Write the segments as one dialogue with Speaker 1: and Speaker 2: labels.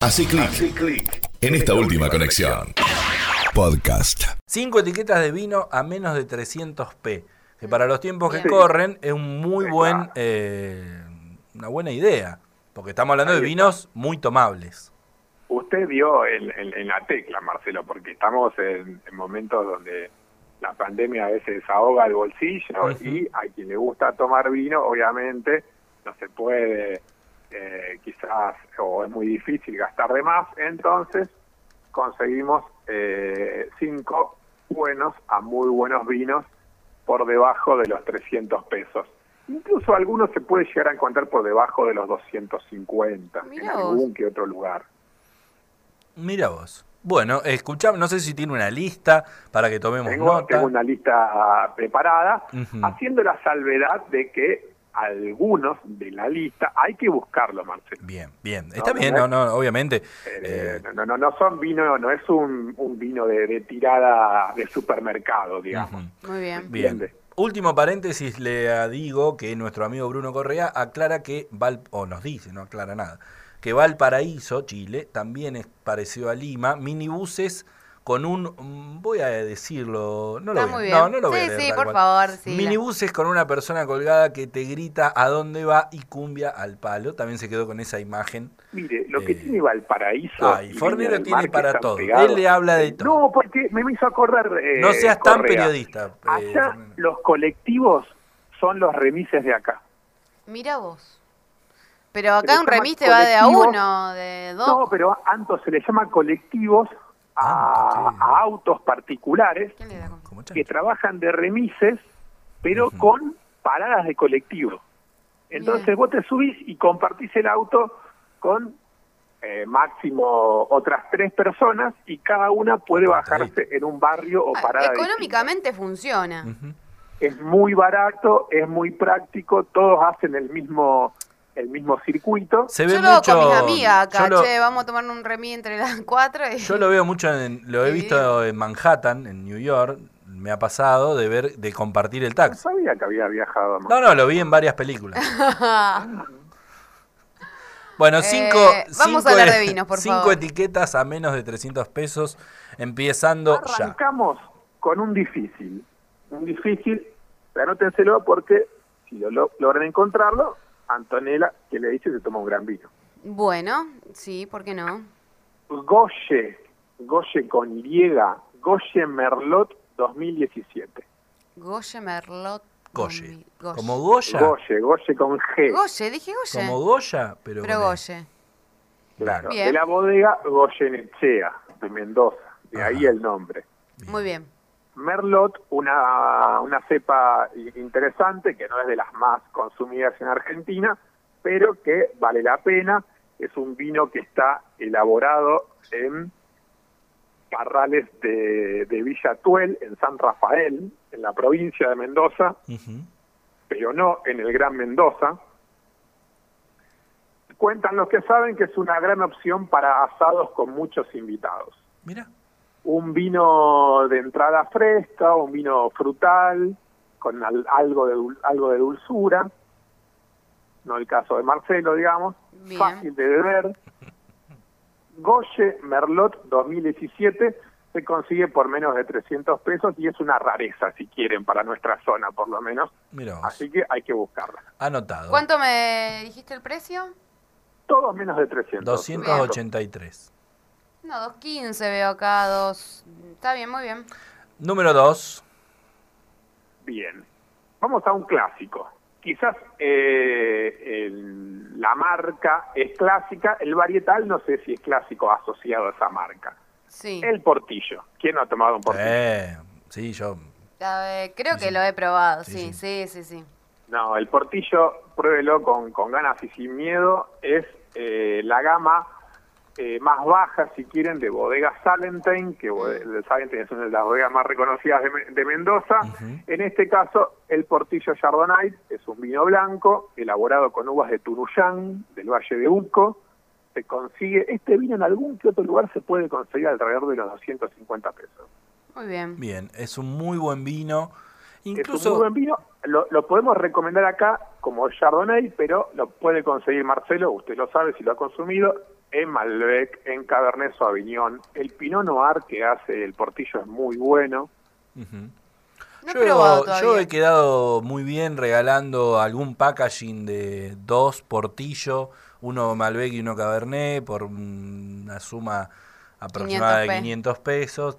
Speaker 1: Así clic en esta última conexión. Podcast.
Speaker 2: Cinco etiquetas de vino a menos de 300p. Que para los tiempos que corren es un muy buen, eh, una buena idea. Porque estamos hablando de vinos muy tomables.
Speaker 3: Usted dio en, en- en la tecla, Marcelo, porque estamos en, en momentos donde la pandemia a veces ahoga el bolsillo
Speaker 2: Ujú.
Speaker 3: y a quien le gusta tomar vino, obviamente, no se puede eh, quizás o es muy difícil gastar de más, entonces conseguimos eh, cinco buenos a muy buenos vinos por debajo de los 300 pesos. Incluso algunos se puede llegar a encontrar por debajo de los 250 en
Speaker 4: Mirá vos.
Speaker 3: algún que otro lugar.
Speaker 2: Mira vos. Bueno, escuchamos, no sé si tiene una lista para que tomemos
Speaker 3: Tengo,
Speaker 2: nota.
Speaker 3: tengo una lista ah, preparada,
Speaker 2: Ujú.
Speaker 3: haciendo la salvedad de que algunos de la lista hay que buscarlo, Marcelo.
Speaker 2: Bien, bien. Está
Speaker 3: no,
Speaker 2: bien, no,
Speaker 3: no,
Speaker 2: no, obviamente.
Speaker 3: Eh,
Speaker 2: Eh,
Speaker 3: no, no, no son vino, no es un, un vino de, de tirada de supermercado, digamos.
Speaker 2: ujú.
Speaker 4: Muy bien.
Speaker 2: Bien.
Speaker 3: Entiende.
Speaker 2: Último paréntesis, le digo que nuestro amigo Bruno Correa aclara que, Val, o nos dice, no aclara nada, que Valparaíso, Chile, también es parecido a Lima, minibuses con un, mm, voy a decirlo, no lo
Speaker 4: Está
Speaker 2: voy a-
Speaker 4: muy bien.
Speaker 2: No, no lo voy a
Speaker 4: sí,
Speaker 2: leer
Speaker 4: sí,
Speaker 2: tal
Speaker 4: por
Speaker 2: cual.
Speaker 4: favor. Sí, la-
Speaker 2: Minibuses con una persona colgada que te grita a dónde va y cumbia al palo. También se quedó con esa imagen.
Speaker 3: Mire, lo que
Speaker 2: Eh, Ah,
Speaker 3: tiene Valparaíso.
Speaker 2: ay,
Speaker 3: y
Speaker 2: Fornero
Speaker 3: Viña del
Speaker 2: tiene
Speaker 3: Mar, que
Speaker 2: para
Speaker 3: están
Speaker 2: todo.
Speaker 3: pegados.
Speaker 2: Él le habla de todo.
Speaker 3: No, porque me hizo acordar. eh,
Speaker 2: no seas tan
Speaker 3: Correa.
Speaker 2: periodista. eh,
Speaker 3: Allá
Speaker 2: Fernando.
Speaker 3: los colectivos son los remises de acá.
Speaker 4: Mira vos. Pero acá
Speaker 3: Pero
Speaker 4: un
Speaker 3: llama
Speaker 4: remis te va de a
Speaker 3: colectivo.
Speaker 4: uno, de dos.
Speaker 3: No, pero a Anto se le llama colectivos a,
Speaker 2: Anto, sí.
Speaker 3: a autos particulares
Speaker 4: ¿Quién le da con-
Speaker 2: Como chancho.
Speaker 3: que trabajan de remises, pero
Speaker 2: Ujú.
Speaker 3: con paradas de colectivo. Entonces
Speaker 4: Bien.
Speaker 3: vos te subís y compartís el auto con eh, máximo otras tres personas y cada una puede bajarse en un barrio o
Speaker 4: Ah,
Speaker 3: parada.
Speaker 4: económicamente funciona.
Speaker 2: Ujú.
Speaker 3: distinta. Es muy barato, es muy práctico, todos hacen el mismo el mismo circuito.
Speaker 2: Se ve
Speaker 4: Yo lo hago
Speaker 2: mucho-
Speaker 4: con mis amigas acá,
Speaker 2: yo lo-
Speaker 4: che, vamos a tomar un remis entre las cuatro y...
Speaker 2: Yo lo veo mucho, en, lo he
Speaker 4: Sí.
Speaker 2: visto en Manhattan, en New York, me ha pasado de ver, de compartir el
Speaker 3: No
Speaker 2: taxi.
Speaker 3: sabía que había viajado. más.
Speaker 2: No, no, lo vi en varias películas. Bueno,
Speaker 4: Eh,
Speaker 2: cinco,
Speaker 4: vamos a
Speaker 2: cinco
Speaker 4: hablar
Speaker 2: e-
Speaker 4: de vinos, por
Speaker 2: cinco
Speaker 4: favor.
Speaker 2: etiquetas a menos de 300 pesos, empezando ya.
Speaker 3: Arrancamos con un difícil. Un difícil, anótenselo porque si lo, lo- logran encontrarlo, Antonella, que le dice, se toma un gran vino.
Speaker 4: Bueno, sí, ¿por qué no?
Speaker 3: Goye, Goye con Y, Goye Merlot 2017.
Speaker 4: Goye Merlot.
Speaker 2: Goye.
Speaker 4: Gomi- Goye.
Speaker 2: Como Goya.
Speaker 3: Goye, Goye con G.
Speaker 4: Goye, dije Goye.
Speaker 2: Como Goya, pero.
Speaker 4: Pero
Speaker 2: con E.
Speaker 4: Goye.
Speaker 3: Claro.
Speaker 4: Bien.
Speaker 3: De la bodega Goyenechea, de Mendoza. De ahí
Speaker 2: Ajá.
Speaker 3: el nombre.
Speaker 4: Muy bien.
Speaker 3: Merlot, una, una cepa i- interesante que no es de las más consumidas en Argentina, pero que vale la pena. Es un vino que está elaborado en parrales de, de Villa Tuel, en San Rafael, en la provincia de Mendoza,
Speaker 2: Ujú.
Speaker 3: pero no en el Gran Mendoza. Cuentan los que saben que es una gran opción para asados con muchos invitados
Speaker 2: Mira.
Speaker 3: un vino de entrada fresca, un vino frutal, con al- algo, de, dul- algo de dulzura, no el caso de Marcelo, digamos,
Speaker 4: Bien.
Speaker 3: fácil de beber. Goye Merlot 2017 se consigue por menos de 300 pesos y es una rareza, si quieren, para nuestra zona por lo menos,
Speaker 2: Mira vos.
Speaker 3: así que hay que buscarla.
Speaker 2: Anotado.
Speaker 4: ¿Cuánto me dijiste el precio?
Speaker 3: Todos menos de 300.
Speaker 2: 283.
Speaker 4: No, 215 veo acá, dos... Está bien, muy bien.
Speaker 2: Número 2.
Speaker 3: Bien. Vamos a un clásico. Quizás eh, el- la marca es clásica, el varietal no sé si es clásico asociado a esa marca.
Speaker 4: Sí.
Speaker 3: El portillo. ¿Quién no ha tomado un portillo?
Speaker 2: Eh, sí, yo.
Speaker 4: A ver, creo
Speaker 2: Sí,
Speaker 4: que
Speaker 2: sí.
Speaker 4: lo he probado,
Speaker 2: Sí,
Speaker 4: sí, sí, sí, sí.
Speaker 3: No, el portillo, pruébelo con, con ganas y sin miedo, es eh, la gama eh, más baja, si quieren, de bodegas Salentine, que bode- el Salentine es una de las bodegas más reconocidas de, Me- de Mendoza.
Speaker 2: Ujú.
Speaker 3: En este caso, el portillo Chardonnay es un vino blanco elaborado con uvas de Tunuyán, del Valle de Uco. Se consigue, este vino en algún que otro lugar se puede conseguir alrededor de los 250 pesos.
Speaker 4: Muy bien.
Speaker 2: Bien, es un muy buen vino. Incluso.
Speaker 3: Es un muy buen vino. Lo, lo podemos recomendar acá como Chardonnay, pero lo puede conseguir Marcelo, usted lo sabe si lo ha consumido, en Malbec, en Cabernet Sauvignon. El Pinot Noir que hace el Portillo es muy bueno.
Speaker 2: Ujú.
Speaker 4: No he probado
Speaker 2: Yo,
Speaker 4: todavía.
Speaker 2: yo he quedado muy bien regalando algún packaging de dos portillo, uno Malbec y uno Cabernet, por una suma aproximada
Speaker 4: 500
Speaker 2: de
Speaker 4: pe.
Speaker 2: 500 pesos.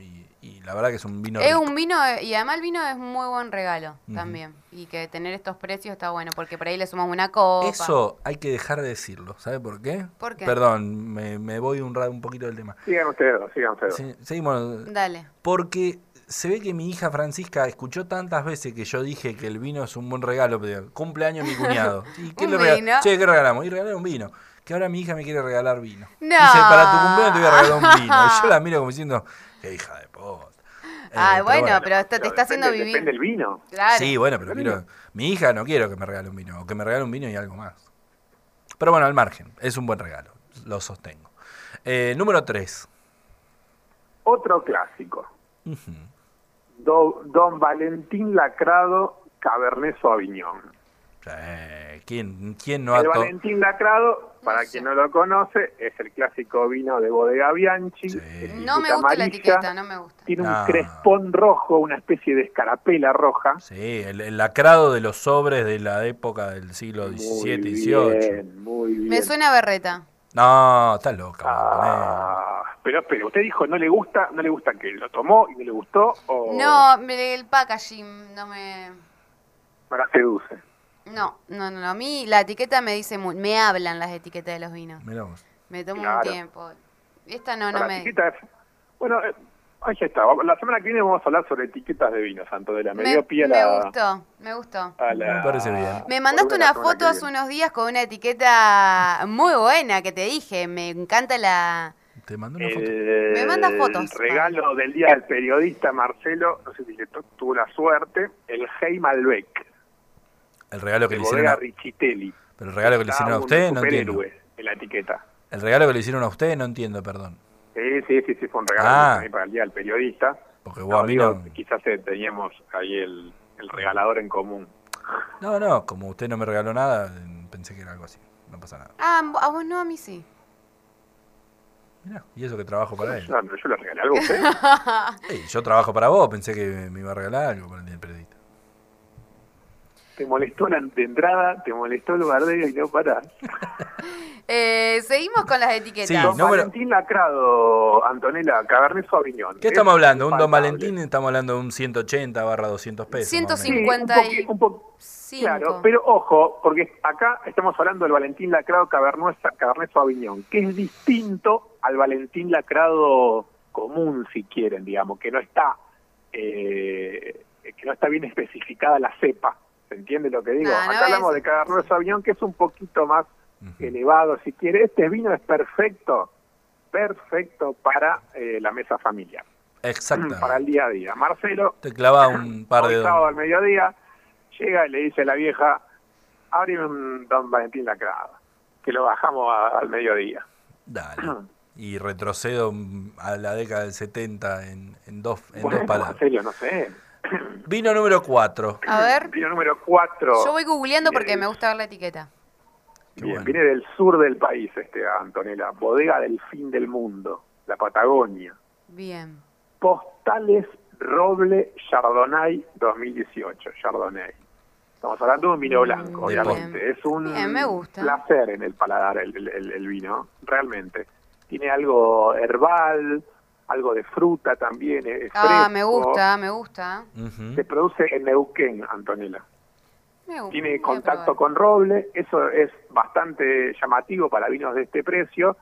Speaker 2: Y, y la verdad que es un vino
Speaker 4: Es
Speaker 2: rico.
Speaker 4: un vino, eh, y además el vino es un muy buen regalo
Speaker 2: Ujú.
Speaker 4: también. Y que tener estos precios está bueno, porque por ahí le sumamos una copa.
Speaker 2: Eso hay que dejar de decirlo, ¿sabe por qué?
Speaker 4: ¿Por qué?
Speaker 2: Perdón, me, me voy un, ra- un poquito del tema.
Speaker 3: Sigan ustedes, dos, sigan ustedes. dos.
Speaker 2: Sí, seguimos.
Speaker 4: Dale.
Speaker 2: Porque se ve que mi hija Francisca escuchó tantas veces que yo dije que el vino es un buen regalo. pero Cumpleaños mi cuñado. ¿Y qué
Speaker 4: Un
Speaker 2: le regala-
Speaker 4: vino.
Speaker 2: Che, ¿qué regalamos? Y regalaron un vino. Que ahora mi hija me quiere regalar vino.
Speaker 4: No.
Speaker 2: Dice, para tu cumpleaños te voy a regalar un vino. Y yo la miro como diciendo, qué hija de puta. Eh,
Speaker 4: Ay, Ah, bueno, pero esto
Speaker 3: Pero
Speaker 4: te está haciendo
Speaker 3: depende-
Speaker 4: vivir.
Speaker 3: Depende el vino.
Speaker 4: Claro.
Speaker 2: Sí, bueno, pero quiero- mi hija no quiero que me regale un vino, o que me regale un vino y algo más. Pero bueno, al margen, es un buen regalo, lo sostengo. Eh, número 3.
Speaker 3: Otro clásico. Do- Don Valentín Lacrado, Cabernet Sauvignon.
Speaker 2: ¿quién, ¿Quién no ha
Speaker 3: el
Speaker 2: to-
Speaker 3: Valentín Lacrado, para
Speaker 4: No sé.
Speaker 3: quien no lo conoce, es el clásico vino de Bodega Bianchi.
Speaker 2: Sí.
Speaker 3: de
Speaker 4: No me
Speaker 3: etiqueta
Speaker 4: gusta la
Speaker 3: amarilla,
Speaker 4: etiqueta, no me gusta.
Speaker 3: Tiene
Speaker 2: No.
Speaker 3: un crespón rojo, una especie de escarapela roja.
Speaker 2: Sí, el, el lacrado de los sobres de la época del siglo XVII,
Speaker 3: muy
Speaker 2: XVIII.
Speaker 3: bien, muy bien.
Speaker 4: Me suena a berreta.
Speaker 2: No, estás loca. Montaner.
Speaker 3: Ah, pero, pero usted dijo no le gusta, no le gusta que lo tomó y no le gustó o
Speaker 4: No, me- el packaging no me...
Speaker 3: no la seduce.
Speaker 4: No, no, no, no. A mí la etiqueta me dice... mu- Me hablan las etiquetas de los vinos.
Speaker 2: Mirá vos.
Speaker 4: Me tomo
Speaker 3: Claro.
Speaker 4: un tiempo. Esta no,
Speaker 3: Pero
Speaker 4: no
Speaker 3: la
Speaker 4: me...
Speaker 3: etiqueta es- bueno, eh, ahí ya está. La semana que viene vamos a hablar sobre etiquetas de vino, Santo de la. Me, dio pie a
Speaker 4: me
Speaker 3: la,
Speaker 4: gustó, me gustó.
Speaker 3: a la-
Speaker 2: Me parece bien.
Speaker 4: Me mandaste
Speaker 3: columna
Speaker 4: una
Speaker 3: la semana
Speaker 4: foto
Speaker 3: que
Speaker 4: hace
Speaker 3: viene.
Speaker 4: unos días con una etiqueta muy buena que te dije. Me encanta la...
Speaker 2: Te mandó una foto.
Speaker 3: El
Speaker 4: Me manda fotos.
Speaker 3: regalo del día del periodista Marcelo, no sé si le to- tuvo la suerte, el Hey Malbec,
Speaker 2: El regalo que
Speaker 3: de
Speaker 2: le hicieron
Speaker 3: Bodega
Speaker 2: a,
Speaker 3: Richitelli.
Speaker 2: pero el regalo que le
Speaker 3: Está
Speaker 2: hicieron a
Speaker 3: un
Speaker 2: usted, no entiendo.
Speaker 3: superhéroe en la etiqueta.
Speaker 2: El regalo que le hicieron a usted, no entiendo, perdón.
Speaker 3: Sí, sí, sí, sí, fue un regalo
Speaker 2: Ah.
Speaker 3: para mí, para el día del periodista.
Speaker 2: Porque
Speaker 3: No,
Speaker 2: vos a mí
Speaker 3: digo,
Speaker 2: no...
Speaker 3: Quizás eh, teníamos ahí el, el regalador en común.
Speaker 2: No, no, como usted no me regaló nada, pensé que era algo así. No pasa nada.
Speaker 4: Ah, a vos no, a mí sí.
Speaker 2: Mirá, y eso que trabajo para él.
Speaker 3: Yo, no, yo le regalé algo a ¿eh? usted.
Speaker 2: Ey, yo trabajo para vos, pensé que me iba a regalar algo para el día del periodista.
Speaker 3: te molestó la de entrada, te molestó el bardeo y no parás.
Speaker 4: Eh, seguimos con las etiquetas.
Speaker 2: Sí,
Speaker 3: Don
Speaker 2: no, pero-
Speaker 3: Valentín Lacrado, Antonela, Cabernet Sauvignon.
Speaker 2: ¿Qué
Speaker 3: Es
Speaker 2: estamos hablando? ¿Un Don
Speaker 3: infaltable.
Speaker 2: Valentín? Estamos hablando de un 180 barra 200 pesos. más o menos.
Speaker 3: Sí, un
Speaker 4: 50
Speaker 3: poqui-
Speaker 4: y-
Speaker 3: un poco,
Speaker 4: Cinco.
Speaker 3: Claro, pero ojo, porque acá estamos hablando del Valentín Lacrado Cabernet, Cabernet Sauvignon, que es distinto al Valentín Lacrado común, si quieren, digamos, que no está eh, que no está bien especificada la cepa. ¿Se entiende lo que digo?
Speaker 4: Ah, no
Speaker 3: acá hablamos
Speaker 4: es-
Speaker 3: de Cabernet Sauvignon, que es un poquito más
Speaker 2: Ujú.
Speaker 3: elevado, si quiere. Este vino es perfecto, perfecto para eh, la mesa familiar,
Speaker 2: Exacto.
Speaker 3: para el día a día. Marcelo,
Speaker 2: Te clava un par de
Speaker 3: Hoy sábado al
Speaker 2: dos.
Speaker 3: mediodía, llega y le dice a la vieja, ábreme un Don Valentín Lacrada, que lo bajamos a- al mediodía.
Speaker 2: Dale. Y retrocedo mm, a la década del 70 en, en dos, en
Speaker 3: Bueno,
Speaker 2: dos palabras.
Speaker 3: Marcelo, no sé.
Speaker 2: Vino número 4.
Speaker 4: A ver,
Speaker 3: Vino número 4.
Speaker 4: yo voy googleando porque
Speaker 3: Bien.
Speaker 4: me gusta ver la etiqueta.
Speaker 2: Qué
Speaker 3: Bien,
Speaker 2: bueno.
Speaker 3: Viene del sur del país este, Antonella. Bodega del fin del mundo, la Patagonia.
Speaker 4: Bien.
Speaker 3: Postales Roble Chardonnay 2018, Chardonnay. Estamos hablando de un vino blanco,
Speaker 2: De post-
Speaker 3: obviamente. Es un
Speaker 4: Mm, Bien, me gusta.
Speaker 3: placer en el paladar el, el- el- el vino, realmente. Tiene algo herbal, algo de fruta también. es
Speaker 4: Ah, me
Speaker 3: fresco.
Speaker 4: gusta, me gusta.
Speaker 2: Ujú.
Speaker 3: Se
Speaker 4: Eh,
Speaker 3: produce en Neuquén, Antonella.
Speaker 4: Me gusta.
Speaker 3: Tiene contacto con roble, eso es bastante llamativo para vinos de este precio.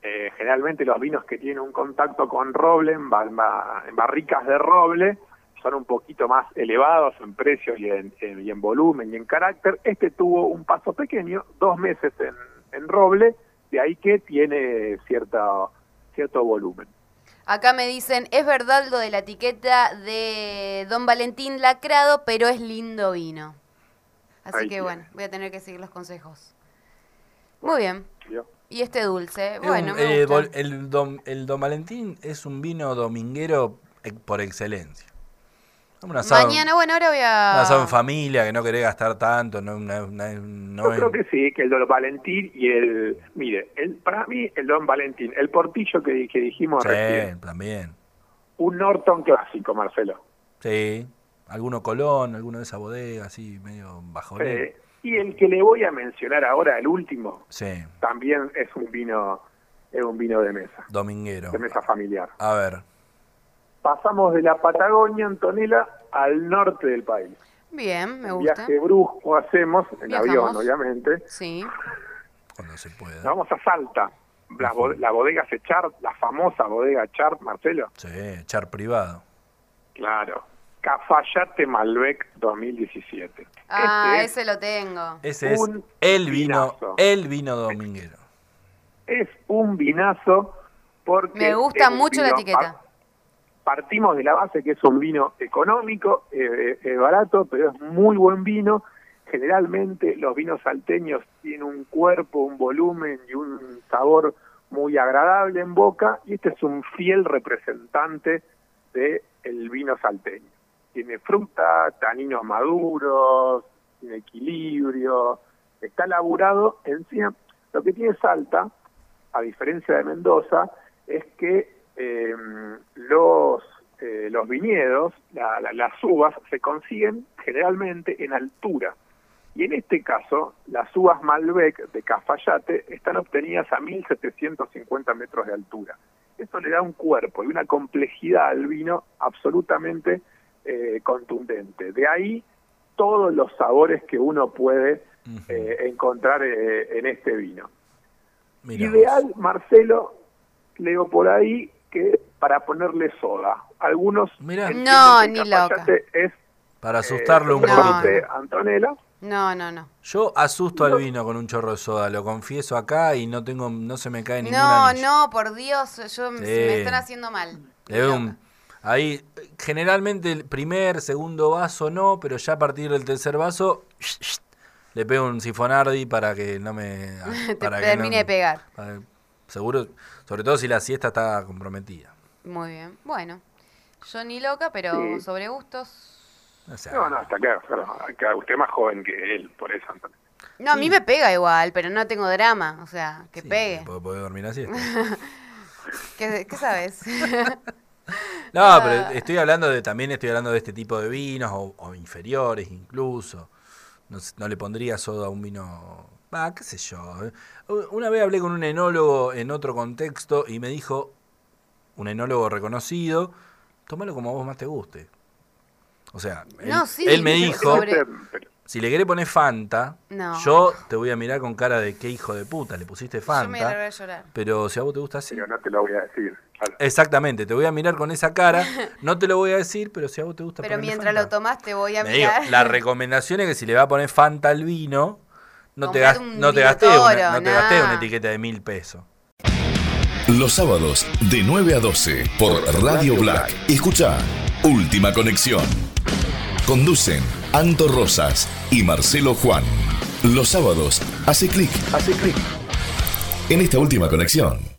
Speaker 3: Eh, generalmente los vinos que tienen un contacto con roble, en, ba- en ba- en barricas de roble, son un poquito más elevados en precio y en, en- y en volumen y en carácter. Este tuvo un paso pequeño, dos meses en, en roble, de ahí que tiene cierta, cierto volumen.
Speaker 4: Acá me dicen, es verdad lo de la etiqueta de Don Valentín Lacrado, pero es lindo vino. Así
Speaker 3: Ahí
Speaker 4: que
Speaker 3: tiene.
Speaker 4: bueno, voy a tener que seguir los consejos. Muy bien.
Speaker 3: ¿vio?
Speaker 4: Y este dulce,
Speaker 2: Es un-
Speaker 4: bueno, me
Speaker 2: eh,
Speaker 4: gusta.
Speaker 2: vol- el, don, el Don Valentín es un vino dominguero ex- por eh, excelencia. Un asado-
Speaker 4: Mañana, ah. bueno, ahora voy
Speaker 2: un
Speaker 4: a...
Speaker 2: asado en familia, que no querés gastar tanto. No, no- no- no
Speaker 3: Yo
Speaker 2: es-
Speaker 3: creo que sí, que el Don Valentín y el... Mire, el, para mí el Don Valentín, el portillo que, di- que dijimos recién,
Speaker 2: Sí, también.
Speaker 3: un Norton clásico, Marcelo.
Speaker 2: Sí. Alguno Colón, alguno de esa bodega, así, medio bajonero.
Speaker 3: Eh, y el que le voy a mencionar ahora, el último,
Speaker 2: Sí,
Speaker 3: también es un vino es un vino de mesa,
Speaker 2: dominguero.
Speaker 3: de mesa familiar.
Speaker 2: A ver.
Speaker 3: Pasamos de la Patagonia, Antonella, al norte del país.
Speaker 4: Bien, me
Speaker 3: Un
Speaker 4: gusta.
Speaker 3: Viaje brusco hacemos, en
Speaker 4: Viajamos.
Speaker 3: avión obviamente.
Speaker 4: Sí.
Speaker 2: Cuando se pueda.
Speaker 3: Nos vamos a Salta, la, bo- la bodega Chart, la famosa bodega Chart, Marcelo.
Speaker 2: Sí, char privado.
Speaker 3: Claro. Cafayate Malbec 2017.
Speaker 4: Ah,
Speaker 3: Este
Speaker 4: ese lo tengo.
Speaker 2: Ese es
Speaker 3: Un
Speaker 2: el vino,
Speaker 3: vinazo.
Speaker 2: el vino dominguero.
Speaker 3: es, es un vinazo porque...
Speaker 4: Me gusta
Speaker 3: es un
Speaker 4: mucho la
Speaker 3: vino-
Speaker 4: etiqueta.
Speaker 3: par- Partimos de la base que es un vino económico, eh, eh, barato, pero es muy buen vino. Generalmente los vinos salteños tienen un cuerpo, un volumen y un sabor muy agradable en boca y este es un fiel representante de el vino salteño. Tiene fruta, taninos maduros, tiene equilibrio, está laburado encima. Lo que tiene Salta, a diferencia de Mendoza, es que eh, los, eh, los viñedos, la- la- las uvas, se consiguen generalmente en altura. Y en este caso, las uvas Malbec de Cafayate están obtenidas a 1750 metros de altura. Eso le da un cuerpo y una complejidad al vino absolutamente eh, contundente. De ahí todos los sabores que uno puede
Speaker 2: Ujú.
Speaker 3: eh, encontrar eh, en este vino.
Speaker 2: Mirá vos.
Speaker 3: Ideal, Marcelo, leo por ahí, que para ponerle soda. Algunos...
Speaker 2: Mirá.
Speaker 3: entienden
Speaker 4: No,
Speaker 3: que
Speaker 4: ni
Speaker 3: Cafayate Es,
Speaker 2: Para asustarlo
Speaker 3: Eh,
Speaker 2: un
Speaker 4: no.
Speaker 2: poquito.
Speaker 3: poquito. Antonella.
Speaker 4: No, no, no.
Speaker 2: Yo asusto al vino con un chorro de soda, lo confieso acá y no tengo, no se me cae
Speaker 4: No,
Speaker 2: ninguna.
Speaker 4: no, por Dios, yo me- me están haciendo mal.
Speaker 2: ahí, generalmente el primer, segundo vaso no, pero ya a partir del tercer vaso, le pego un sifonardi para que no me.
Speaker 4: Te
Speaker 2: para que
Speaker 4: termine
Speaker 2: no-
Speaker 4: de pegar.
Speaker 2: para- seguro, sobre todo si la siesta está comprometida.
Speaker 4: Muy bien. Bueno, yo ni loca, pero
Speaker 3: Sí.
Speaker 4: sobre gustos.
Speaker 2: O sea,
Speaker 3: No, no, está claro, claro. Acá Usted es más joven que él, por eso, Antonella.
Speaker 4: No, a mí me pega igual, pero no tengo drama. O sea, que
Speaker 2: sí,
Speaker 4: pegue.
Speaker 2: puedo- puedo dormir así.
Speaker 4: ¿Qué, qué sabes?
Speaker 2: No, pero estoy hablando de, también estoy hablando de este tipo de vinos, o, o inferiores incluso. No, sé, no le pondría soda a un vino. Ah, qué sé yo. eh. U- Una vez hablé con un enólogo en otro contexto y me dijo, un enólogo reconocido, tómalo como a vos más te guste. O sea, él,
Speaker 4: No, sí,
Speaker 2: él me
Speaker 4: pero
Speaker 2: dijo,
Speaker 4: sobre-
Speaker 3: Este, pero-
Speaker 2: si le querés poner Fanta,
Speaker 4: No.
Speaker 2: yo te voy a mirar con cara de qué hijo de puta, le pusiste
Speaker 4: Yo me voy a largar
Speaker 2: Fanta.
Speaker 4: a llorar.
Speaker 2: Pero si a vos te gusta así,
Speaker 3: pero no te lo voy a decir. claro.
Speaker 2: Exactamente, te voy a mirar con esa cara. No te lo voy a decir, pero si a vos te gusta.
Speaker 4: Pero
Speaker 2: ponerle
Speaker 4: mientras
Speaker 2: Fanta.
Speaker 4: lo tomás, te voy a
Speaker 2: Me digo,
Speaker 4: mirar.
Speaker 2: la recomendación es que si le va a poner Fanta al vino, no te,
Speaker 4: Comprate
Speaker 2: gas-
Speaker 4: un
Speaker 2: no te
Speaker 4: vino
Speaker 2: gasté una,
Speaker 4: toro,
Speaker 2: no te gasté una
Speaker 4: nah.
Speaker 2: etiqueta de mil pesos.
Speaker 1: Los sábados de 9 a 12 por Radio Black. Escucha Última Conexión. Conducen Anto Rosas y Marcelo Juan. Los sábados hace clic. Hace clic. En esta última conexión.